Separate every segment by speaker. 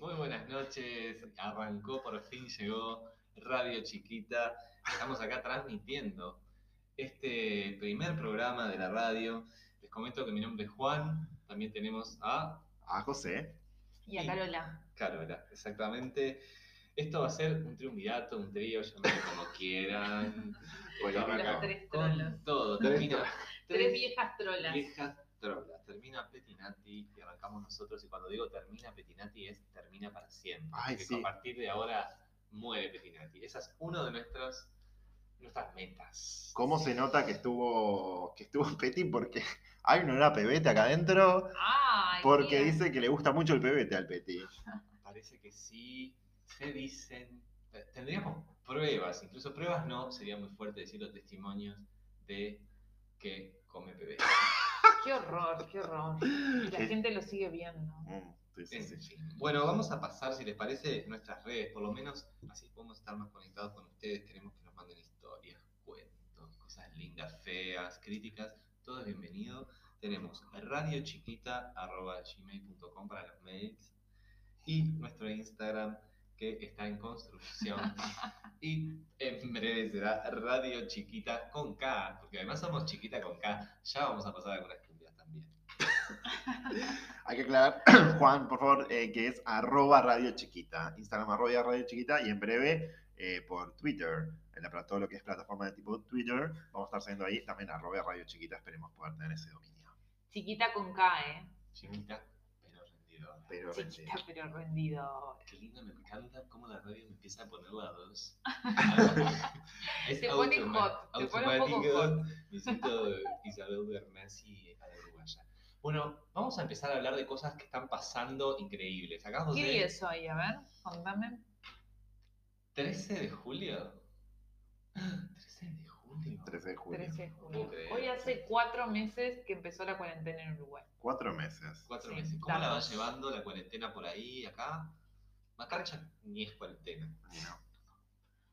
Speaker 1: Muy buenas noches, arrancó, por fin llegó Radio Chiquita. Estamos acá transmitiendo este primer programa de la radio. Les comento que mi nombre es Juan, también tenemos a
Speaker 2: A Ah, José.
Speaker 3: Y a
Speaker 1: Sí.
Speaker 3: Carola.
Speaker 1: Carola, exactamente. Esto va a ser un triunvirato, un trío, llámenlo como quieran.
Speaker 2: Bueno,
Speaker 1: Estamos
Speaker 2: arranca.
Speaker 3: Los
Speaker 1: acá
Speaker 3: tres trolos.
Speaker 1: con todo,
Speaker 2: Tres
Speaker 1: termina
Speaker 3: Tres viejas trolas.
Speaker 1: Viejas trolas. Termina Petinati y arrancamos nosotros. Y cuando digo termina Petinati es termina para siempre.
Speaker 2: Ay,
Speaker 1: porque
Speaker 2: sí.
Speaker 1: a partir de ahora muere Petinati. Esa es una de nuestras, nuestras metas.
Speaker 2: ¿Cómo se nota que estuvo que estuvo Peti? Porque hay un olor a pebete acá adentro.
Speaker 3: Ay,
Speaker 2: Porque
Speaker 3: bien.
Speaker 2: dice que le gusta mucho el pebete al Peti.
Speaker 1: Parece que sí. Se dicen. eh, Tendríamos pruebas, incluso pruebas no, sería muy fuerte decir los testimonios de que come bebé.
Speaker 3: Qué horror, qué horror. Y la
Speaker 2: Sí.
Speaker 3: gente lo sigue viendo.
Speaker 2: Mm, sí, sí, sí.
Speaker 1: En fin. Este, Bueno, vamos a pasar, si les parece, nuestras redes, por lo menos así podemos estar más conectados con ustedes. Queremos que nos manden historias, cuentos, cosas lindas, feas, críticas, todo es bienvenido. Tenemos radiochiquita.gmail.com para los mails y nuestro Instagram que está en construcción y en breve será Radio Chiquita con K, porque además somos Chiquita con K, ya vamos a pasar algunas cumbias también.
Speaker 2: Hay que aclarar, Juan, por favor, eh, que es arroba radio chiquita. Instagram arroba radio chiquita y en breve eh, por Twitter. En la, pla- todo lo que es plataforma de tipo Twitter, vamos a estar saliendo ahí también arroba radio chiquita. Esperemos poder tener ese dominio.
Speaker 3: Chiquita con K, ¿eh?
Speaker 1: Chiquita, pero rendidora.
Speaker 2: Pero
Speaker 3: Chiquita pero rendido.
Speaker 1: Qué lindo, me encanta cómo la radio me empieza a poner la dos. Es
Speaker 3: Se pone
Speaker 1: automa-
Speaker 3: hot, se pone un poco
Speaker 1: automático. Me siento Isabel Bernasi a la uruguaya. Bueno, vamos a empezar a hablar de cosas que están pasando increíbles. Acabamos
Speaker 3: ¿Qué
Speaker 1: de
Speaker 3: día es hoy? A ver, contame.
Speaker 1: 13 de julio. 13 de julio.
Speaker 2: 13 de julio.
Speaker 3: 13 de
Speaker 1: No
Speaker 3: julio.
Speaker 1: puedo creer.
Speaker 3: Hoy hace cuatro meses que empezó la cuarentena en Uruguay.
Speaker 2: Cuatro meses.
Speaker 1: Cuatro
Speaker 3: Sí,
Speaker 1: meses. ¿Cómo la va
Speaker 3: estamos.
Speaker 1: llevando la cuarentena por ahí, acá? Macarcha ni es cuarentena.
Speaker 2: Y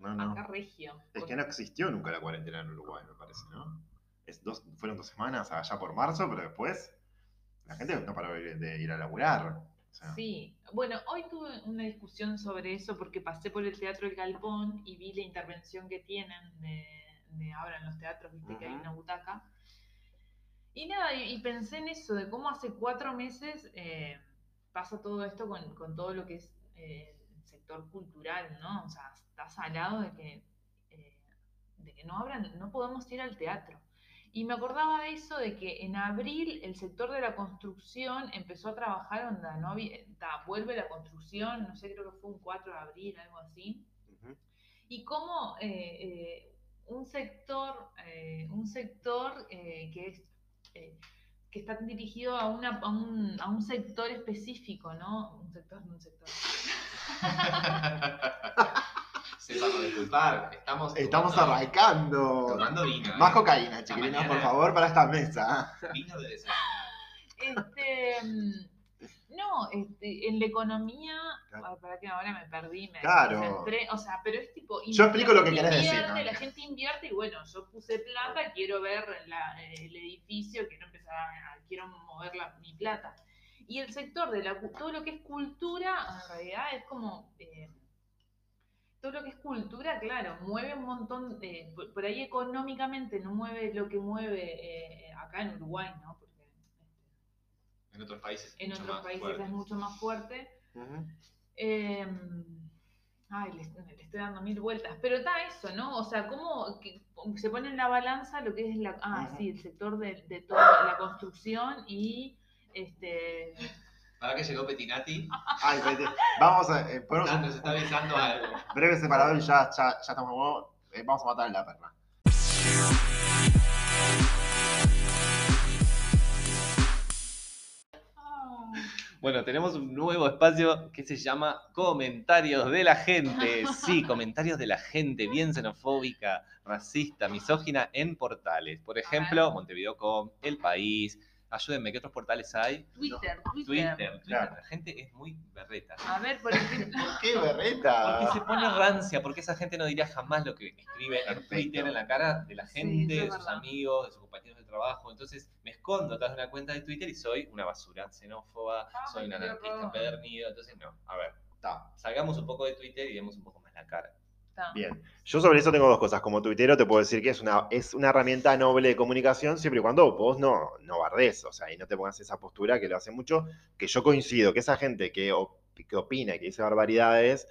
Speaker 2: No, no. no.
Speaker 3: Acá regio.
Speaker 2: Es que no existió nunca la cuarentena en Uruguay, me parece, ¿no? Es dos, fueron dos semanas allá por marzo, pero después la gente no paró de ir- de ir a laburar. O sea,
Speaker 3: Sí, bueno, hoy tuve una discusión sobre eso porque pasé por el Teatro El Galpón y vi la intervención que tienen de, de ahora en los teatros, viste que hay
Speaker 2: Ujú.
Speaker 3: una butaca. Y nada, y, y pensé en eso, de cómo hace cuatro meses eh, pasa todo esto con, con todo lo que es eh, el sector cultural, ¿no? O sea, estás al lado de que, eh, de que no abran, no podemos ir al teatro. Y me acordaba de eso, de que en abril el sector de la construcción empezó a trabajar, onda, no había, ta, vuelve la construcción, no sé, creo que fue un 4 de abril, algo así. Y cómo eh, eh, un sector, eh, un sector eh, que es eh, que está dirigido a, una, a, un, a un sector específico, ¿no? Un sector, no un sector.
Speaker 1: Sepa disculpar. Estamos.
Speaker 2: Estamos
Speaker 1: tomando-
Speaker 2: arrancando.
Speaker 1: Tomando vino.
Speaker 2: Más
Speaker 1: ¿eh?
Speaker 2: cocaína, chiquilinas,
Speaker 1: mañana.
Speaker 2: por favor, para esta mesa.
Speaker 1: Vino de desayuno.
Speaker 3: Este, mm, no, este, en la economía,
Speaker 2: Claro.
Speaker 3: ah, para que ahora me perdí, me
Speaker 2: Claro.
Speaker 3: desconcentré, o sea, pero es tipo,
Speaker 2: Yo explico lo que
Speaker 3: invierte,
Speaker 2: querés decir, ¿no?
Speaker 3: La gente invierte y bueno, yo puse plata, quiero ver la- el edificio, quiero empezar a, quiero mover la- mi plata. Y el sector de la, cu- todo lo que es cultura, en realidad es como... eh, todo lo que es cultura, claro, mueve un montón, de, por, por ahí económicamente no mueve lo que mueve eh, acá en Uruguay, ¿no? Porque este,
Speaker 1: En otros países.
Speaker 3: en
Speaker 1: mucho
Speaker 3: otros
Speaker 1: más
Speaker 3: países
Speaker 1: fuerte.
Speaker 3: es mucho más fuerte. Eh, ay, le, le estoy dando mil vueltas. Pero está eso, ¿no? O sea, cómo que se pone en la balanza lo que es la, ah,
Speaker 2: Ujú.
Speaker 3: sí, el sector de, de toda la construcción y este
Speaker 1: Ahora que llegó Petinati,
Speaker 2: Ay, espérate. vamos a eh, ponemos
Speaker 1: ya nos está
Speaker 2: un,
Speaker 1: avisando algo.
Speaker 2: un breve separado y ya, ya, ya estamos como, eh, vamos a matar a la perra.
Speaker 3: ah,
Speaker 1: Bueno, tenemos un nuevo espacio que se llama Comentarios de la Gente. Sí, comentarios de la gente, bien xenofóbica, racista, misógina en portales. Por ejemplo, Montevideo Com, El País. Ayúdenme, ¿qué otros portales hay?
Speaker 3: Twitter, Twitter,
Speaker 1: Twitter. Twitter.
Speaker 2: Claro.
Speaker 1: La gente es muy berreta.
Speaker 3: A ver, por ejemplo,
Speaker 2: ¡Qué
Speaker 1: Porque
Speaker 2: berreta!
Speaker 1: se
Speaker 3: Ah.
Speaker 1: pone rancia, porque esa gente no diría jamás lo que escribe en
Speaker 2: Perfecto.
Speaker 1: Twitter, en la cara de la
Speaker 3: Sí,
Speaker 1: gente,
Speaker 3: eso
Speaker 1: de
Speaker 3: es
Speaker 1: sus
Speaker 3: verdad.
Speaker 1: amigos, de sus compañeros de trabajo. Entonces me escondo atrás de una cuenta de Twitter y soy una basura xenófoba,
Speaker 3: Ah,
Speaker 1: soy un
Speaker 3: qué
Speaker 1: anarquista
Speaker 3: horror.
Speaker 1: empedernido. Entonces, no, a ver,
Speaker 2: Está.
Speaker 1: salgamos un poco de Twitter y demos un poco más la cara.
Speaker 3: Está.
Speaker 2: Bien. Yo sobre eso tengo dos cosas. Como tuitero te puedo decir que es una, es una herramienta noble de comunicación siempre y cuando vos no, no bardes, o sea, y no te pongas esa postura que lo hace mucho, que yo coincido, que esa gente que, op- que opina y que dice barbaridades,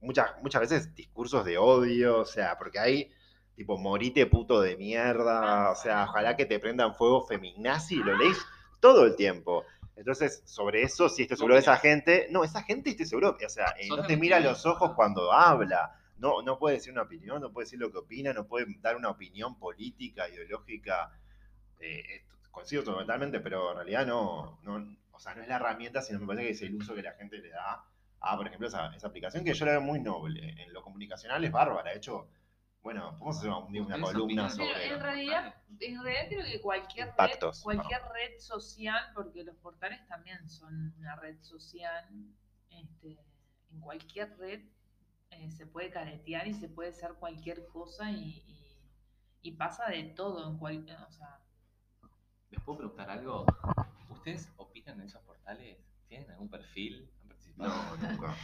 Speaker 2: muchas, muchas veces discursos de odio, o sea, porque hay tipo, morite puto de mierda, o sea, ojalá que te prendan fuego feminazi, lo leís todo el tiempo. Entonces, sobre eso, si
Speaker 1: ¿Qué
Speaker 2: estoy seguro de esa
Speaker 1: opinás?
Speaker 2: gente, no, esa gente estoy seguro, o sea, eh,
Speaker 1: Sos
Speaker 2: no te
Speaker 1: de
Speaker 2: mira a
Speaker 1: Mitre.
Speaker 2: los ojos cuando habla no, no puede decir una opinión, no puede decir lo que opina, no puede dar una opinión política, ideológica. eh, eh, coincido totalmente, pero en realidad no, no- o sea, no es la herramienta, sino me parece que es el uso que la gente le da a, por ejemplo, esa, esa aplicación que yo la veo muy noble. En lo comunicacional es bárbara. De hecho, bueno, podemos hacer un día una
Speaker 1: ¿Ustedes
Speaker 2: columna
Speaker 1: opinan
Speaker 3: Pero
Speaker 2: sobre.
Speaker 3: en realidad, en realidad creo que cualquier red,
Speaker 2: Impactos,
Speaker 3: cualquier red social, porque los portales también son una red social, este, en cualquier red eh, se puede caretear y se puede ser cualquier cosa y, y- y pasa de todo en cual, o sea,
Speaker 1: ¿Les puedo preguntar algo? ¿Ustedes opinan en esos portales? ¿Tienen algún perfil? ¿Han participado?
Speaker 2: No, nunca.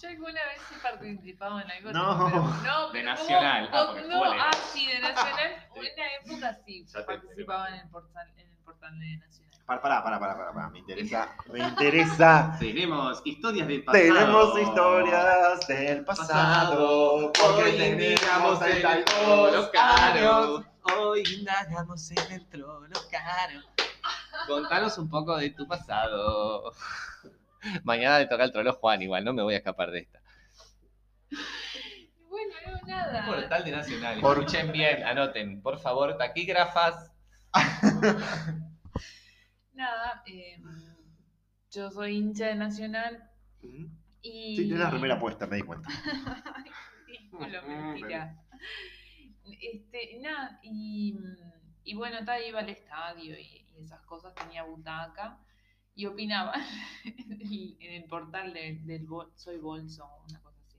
Speaker 3: Yo alguna vez he participado en algo.
Speaker 2: No.
Speaker 3: pero- no, pero
Speaker 1: De
Speaker 3: como-
Speaker 1: Nacional. Ah, porque
Speaker 3: no,
Speaker 1: fútbol era.
Speaker 3: ah, sí, de Nacional. Una época sí
Speaker 1: Ya te
Speaker 3: participaba en el, portal, en el portal de Nacional.
Speaker 2: Pará, pará, pará, pará, pará, pará, Me interesa, me interesa.
Speaker 1: Tenemos historias del pasado.
Speaker 2: Tenemos historias del pasado, porque
Speaker 1: Hoy
Speaker 2: teníamos
Speaker 1: teníamos en el
Speaker 2: 32
Speaker 1: trono caro.
Speaker 2: años.
Speaker 1: Hoy nadamos en el trono caro. Contanos un poco de tu pasado. Mañana le toca el trono Juan, igual no me voy a escapar de esta.
Speaker 3: Y Bueno, no, nada.
Speaker 1: Portal de Nacional.
Speaker 2: Por-
Speaker 1: Escuchen bien, anoten, por favor, taquígrafas.
Speaker 3: Nada. eh, yo soy hincha de Nacional y.
Speaker 2: Mm. Sí, tenés la primera puesta, me di cuenta.
Speaker 3: Ridículo,
Speaker 1: Mm,
Speaker 3: mentira. Este, nada, y, y bueno, ta, iba al estadio y, y esas cosas, tenía butaca y opinaba en el- en el portal de- del bol- Soy Bolso, una cosa así.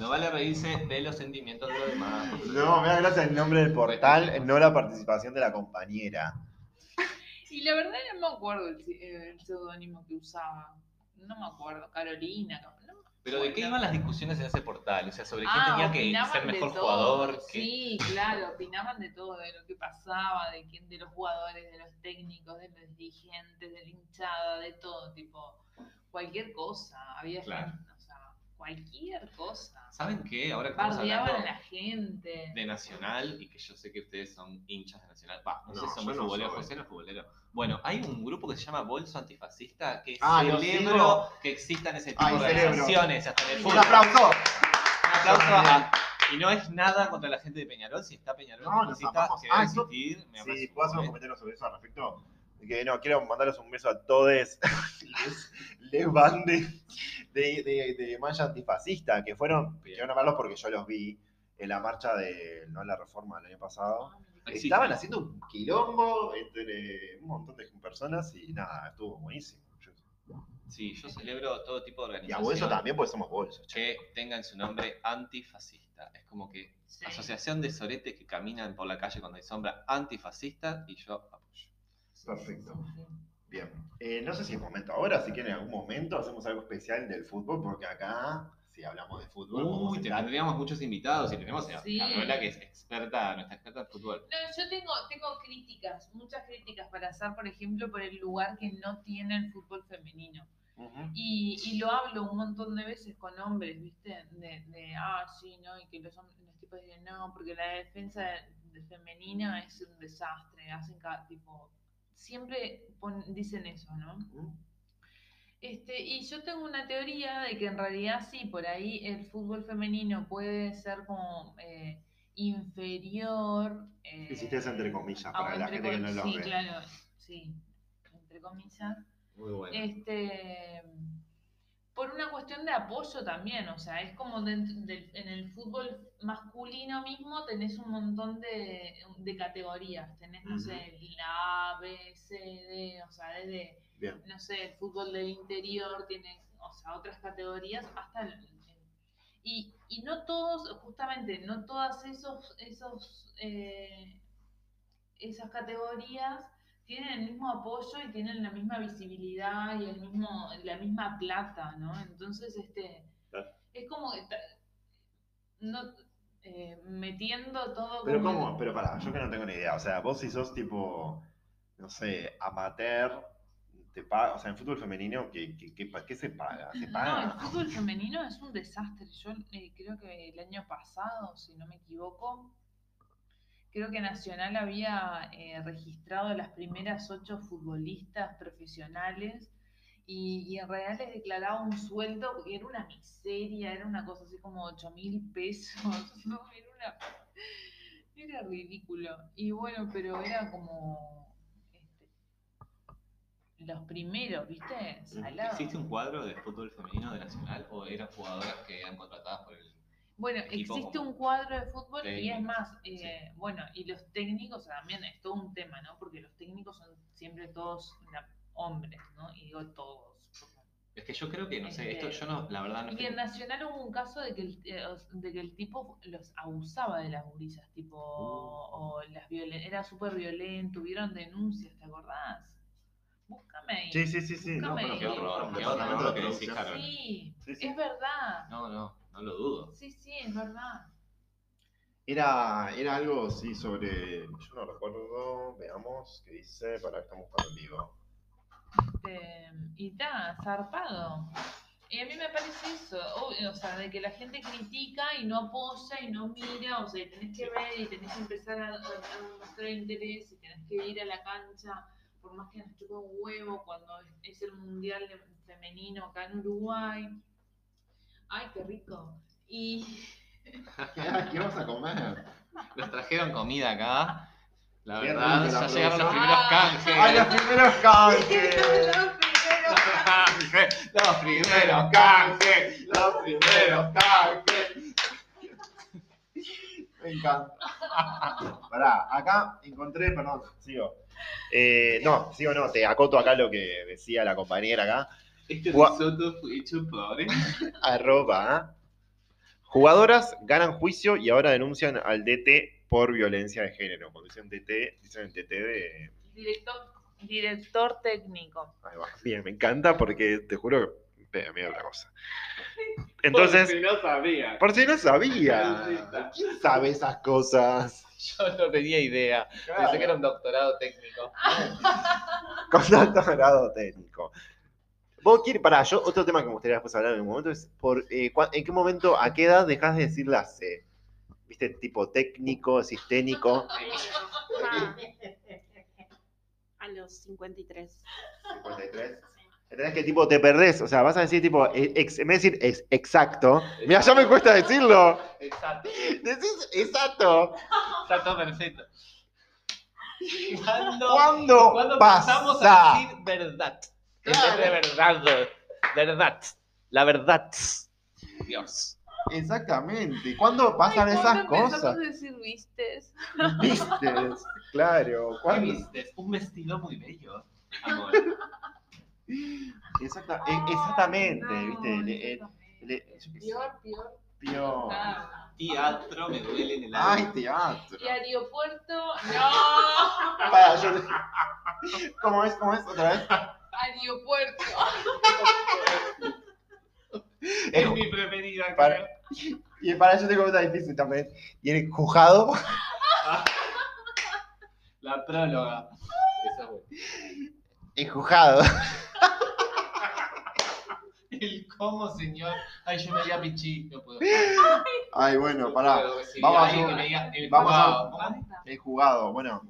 Speaker 1: No vale reírse de los sentimientos de los demás.
Speaker 2: No, me da gracia el nombre del portal, no la participación de la compañera.
Speaker 3: Y la verdad no me acuerdo el, si- el seudónimo que usaba. No me acuerdo, Carolina, cap- no me
Speaker 1: Pero ¿de qué iban las discusiones en ese portal? O sea, ¿sobre quién
Speaker 3: Ah,
Speaker 1: tenía que
Speaker 3: opinaban
Speaker 1: ser
Speaker 3: de
Speaker 1: mejor
Speaker 3: todo,
Speaker 1: jugador? que-
Speaker 3: Sí, claro, opinaban de todo, de lo que pasaba, de quién, de los jugadores, de los técnicos, de los dirigentes, de la hinchada, de todo, tipo, cualquier cosa, había
Speaker 1: Claro.
Speaker 3: gente, o sea, cualquier cosa.
Speaker 1: ¿Saben qué? Ahora que estamos hablando
Speaker 3: Bardeaban a la gente.
Speaker 1: de Nacional y que yo sé que ustedes son hinchas de Nacional. Va, no,
Speaker 2: No,
Speaker 1: sé si son
Speaker 2: yo no
Speaker 1: futboleros,
Speaker 2: soy.
Speaker 1: José no es futbolero. Bueno, hay un grupo que se llama Bolso Antifascista que
Speaker 2: Ah, lo
Speaker 1: celebro
Speaker 2: sigo.
Speaker 1: que existan ese tipo
Speaker 2: Ay,
Speaker 1: de
Speaker 2: celebro.
Speaker 1: organizaciones hasta en el fútbol.
Speaker 2: ¡Un aplauso!
Speaker 1: Un aplauso
Speaker 2: Yo también.
Speaker 1: a- Y no es nada contra la gente de Peñarol, si está Peñarol
Speaker 2: No, nos
Speaker 1: antifascista,
Speaker 2: amamos.
Speaker 1: que
Speaker 2: Ah,
Speaker 1: debe
Speaker 2: eso-
Speaker 1: existir, me
Speaker 2: Sí,
Speaker 1: parece
Speaker 2: ¿puedo hacer un
Speaker 1: momento.
Speaker 2: comentario sobre eso al respecto? Que no, quiero mandarles un beso a todos les, les van de, de, de, de Maya Antifascista, que fueron,
Speaker 1: Bien.
Speaker 2: quiero nombrarlos porque yo los vi en la marcha de no la reforma del año pasado.
Speaker 1: Existe.
Speaker 2: Estaban haciendo un quilombo entre un montón de personas y nada, estuvo buenísimo. Yo-
Speaker 1: Sí, yo celebro todo tipo de
Speaker 2: Y a
Speaker 1: organizaciones.
Speaker 2: bolso también, porque somos bolsos. che.
Speaker 1: Que tengan su nombre antifascista. Es como que
Speaker 3: Sí.
Speaker 1: asociación de soretes que caminan por la calle cuando hay sombra antifascista y yo apoyo.
Speaker 2: Perfecto. Bien. Eh, no sé si es momento ahora, si quieren en algún momento hacemos algo especial del fútbol, porque acá, si hablamos de fútbol, podemos
Speaker 1: Uy,
Speaker 2: estar-
Speaker 1: tendríamos muchos invitados y tenemos a
Speaker 3: Sí.
Speaker 1: Carola que es experta, nuestra experta en fútbol.
Speaker 3: No, yo tengo, tengo críticas, muchas críticas para hacer, por ejemplo, por el lugar que no tiene el fútbol femenino.
Speaker 2: Ujú.
Speaker 3: Y, y lo hablo un montón de veces con hombres, ¿viste? De, de, ah, sí, ¿no? Y que los, hom- los tipos dicen, no, porque la defensa de- femenina es un desastre, hacen cada tipo, siempre pon- dicen eso, ¿no? Este, y yo tengo una teoría de que en realidad sí, por ahí el fútbol femenino puede ser como eh, inferior. eh,
Speaker 2: Hiciste eso entre comillas,
Speaker 3: a-
Speaker 2: para la
Speaker 3: entre
Speaker 2: gente que no
Speaker 3: com-
Speaker 2: lo
Speaker 3: Sí,
Speaker 2: ve.
Speaker 3: claro, sí, entre comillas.
Speaker 1: Muy bueno.
Speaker 3: Este, por una cuestión de apoyo también, o sea, es como dentro del- en el fútbol masculino mismo tenés un montón de, de categorías, tenés, no sé, la A, B, C, D, o sea, desde,
Speaker 2: Bien.
Speaker 3: no sé, el fútbol del interior tiene, o sea, otras categorías, hasta el... el- y, y no todos, justamente, no todas esos, esos eh, esas categorías tienen el mismo apoyo y tienen la misma visibilidad y el mismo, la misma plata, ¿no? Entonces, este,
Speaker 1: Claro.
Speaker 3: es como que ta- no, eh, metiendo todo
Speaker 2: Pero
Speaker 3: como-
Speaker 2: cómo, pero pará, yo que no tengo ni idea. O sea, vos si sos tipo, no sé, amateur, te paga, o sea, en fútbol femenino, ¿qué, qué, qué, pa- qué se paga? ¿Se
Speaker 3: No, el
Speaker 2: paga?
Speaker 3: fútbol femenino es un desastre. Yo eh, creo que el año pasado, si no me equivoco, creo que Nacional había eh, registrado las primeras ocho futbolistas profesionales y, y en realidad les declaraba un sueldo porque era una miseria, era una cosa así como ocho mil pesos. ¿no? Era, una- era ridículo. Y bueno, pero era como este, los primeros, ¿viste? Salado.
Speaker 1: ¿Existe un cuadro de fútbol femenino de Nacional o eran jugadoras que eran contratadas por el...
Speaker 3: Bueno,
Speaker 1: equipo
Speaker 3: existe
Speaker 1: como-
Speaker 3: un cuadro de fútbol y es
Speaker 1: Técnicos,
Speaker 3: más, eh, bueno, y los técnicos también es todo un tema, ¿no? Porque los técnicos son siempre todos na- hombres, ¿no? Y digo todos. porque-
Speaker 1: Es que yo creo que, no sé, esto
Speaker 3: Este,
Speaker 1: yo no, la verdad no
Speaker 3: Y que en
Speaker 1: estoy-
Speaker 3: Nacional hubo un caso de que el, eh, os- de que el tipo los abusaba de las gurisas, tipo,
Speaker 1: Uh.
Speaker 3: o las violen- era súper violento, hubieron denuncias, ¿te acordás? Búscame ahí.
Speaker 2: Sí, sí, sí, sí. No,
Speaker 3: Búscame
Speaker 2: pero
Speaker 3: ahí.
Speaker 1: Qué horror, qué horror
Speaker 2: Departamento
Speaker 1: lo
Speaker 2: de
Speaker 1: que decís,
Speaker 2: producción.
Speaker 1: Carol.
Speaker 3: Sí,
Speaker 2: Sí, sí.
Speaker 3: es verdad.
Speaker 1: No, no, no lo dudo.
Speaker 3: Sí, sí, es verdad.
Speaker 2: Era, era algo, sí, sobre. Yo no recuerdo, veamos qué dice, para que estamos buscando en vivo.
Speaker 3: Este, y está, zarpado. Y a mí me parece eso, o, o sea, de que la gente critica y no apoya y no mira, o sea, y tenés que ver y tenés que empezar a, a- a mostrar interés y tenés que ir a la cancha, por más que nos chupe un huevo cuando es el mundial de- femenino acá en Uruguay. Ay, qué rico. Y
Speaker 2: ¿Qué vas a comer?
Speaker 1: Nos trajeron comida acá. La
Speaker 2: Qué
Speaker 1: verdad,
Speaker 2: rico la
Speaker 1: ya llegaron los
Speaker 2: producción.
Speaker 1: primeros
Speaker 3: Ah.
Speaker 1: canjes.
Speaker 2: ¡Ay, los primeros canjes!
Speaker 3: Yo primero.
Speaker 1: canjes, los primeros
Speaker 2: canjes! ¡Los primeros canjes! Me encanta. Pará, acá encontré, perdón, sigo. Eh, no, sigo no, te acoto acá lo que decía la compañera acá.
Speaker 1: Este
Speaker 2: Gua-
Speaker 1: risotto fue hecho por...
Speaker 2: Arroba. Jugadoras ganan juicio y ahora denuncian al DT por violencia de género. Cuando dicen DT, dicen el DT de.
Speaker 3: Director, director técnico.
Speaker 2: Ahí va. Bien, me encanta porque te juro que me da miedo la cosa. Entonces,
Speaker 1: no sabía.
Speaker 2: por si no sabía. ¿Quién sabe esas cosas?
Speaker 1: Yo no tenía idea. Pensé que era un doctorado técnico.
Speaker 2: Con tanto grado técnico. Vos quieres, pará, yo otro tema que me gustaría después hablar en un momento es por eh, cua- en qué momento, a qué edad dejás de decir la C. Viste, tipo técnico, sistémico.
Speaker 4: Ah. A los 53.
Speaker 2: 53. Entendés que tipo te perdés, o sea, vas a decir tipo, eh, ex, en vez de decir ex- exacto, mira, ya me cuesta decirlo,
Speaker 1: Exacto.
Speaker 2: decís exacto.
Speaker 1: Está todo perfecto. ¿Cuándo,
Speaker 2: ¿Cuándo
Speaker 1: cuándo
Speaker 2: pasa?
Speaker 1: empezamos a decir verdad? En vez de verdad. Verdad. La verdad. Dios.
Speaker 2: Exactamente, ¿cuándo
Speaker 3: Ay, ¿cuándo empezamos a decir vistes?
Speaker 2: ¿Viste? Claro,
Speaker 1: ¿Qué
Speaker 2: ¿cuándo?
Speaker 1: viste? Un vestido muy bello. Amor.
Speaker 2: Exacta-
Speaker 3: Ay,
Speaker 2: e- exactamente,
Speaker 3: no,
Speaker 2: ¿viste? Le- eh,
Speaker 3: exactamente.
Speaker 2: le- yo qué sé.
Speaker 3: Peor, peor.
Speaker 2: Pío.
Speaker 3: nada.
Speaker 1: Teatro me duele en el alma.
Speaker 2: Ay, teatro.
Speaker 3: Ah, Y aeropuerto, no.
Speaker 2: Para, yo... ¿Cómo es? ¿Cómo es? ¿Otra vez?
Speaker 3: Aeropuerto.
Speaker 1: es mi preferida.
Speaker 2: Para-
Speaker 1: creo.
Speaker 2: Y para eso tengo otra difícil también. Y el juzgado,
Speaker 1: La próloga. Esa buena.
Speaker 2: el juzgado.
Speaker 1: El cómo, señor. Ay, yo me a pichí. No puedo.
Speaker 2: Ay,
Speaker 1: No
Speaker 2: bueno, pará.
Speaker 1: puedo recibir
Speaker 2: Vamos a
Speaker 1: alguien que
Speaker 2: hacer-
Speaker 1: me diga el
Speaker 2: vamos a-
Speaker 1: guau.
Speaker 3: Basta.
Speaker 2: El jugado, bueno,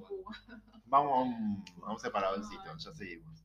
Speaker 2: vamos a un, a un separadoncito, ya seguimos.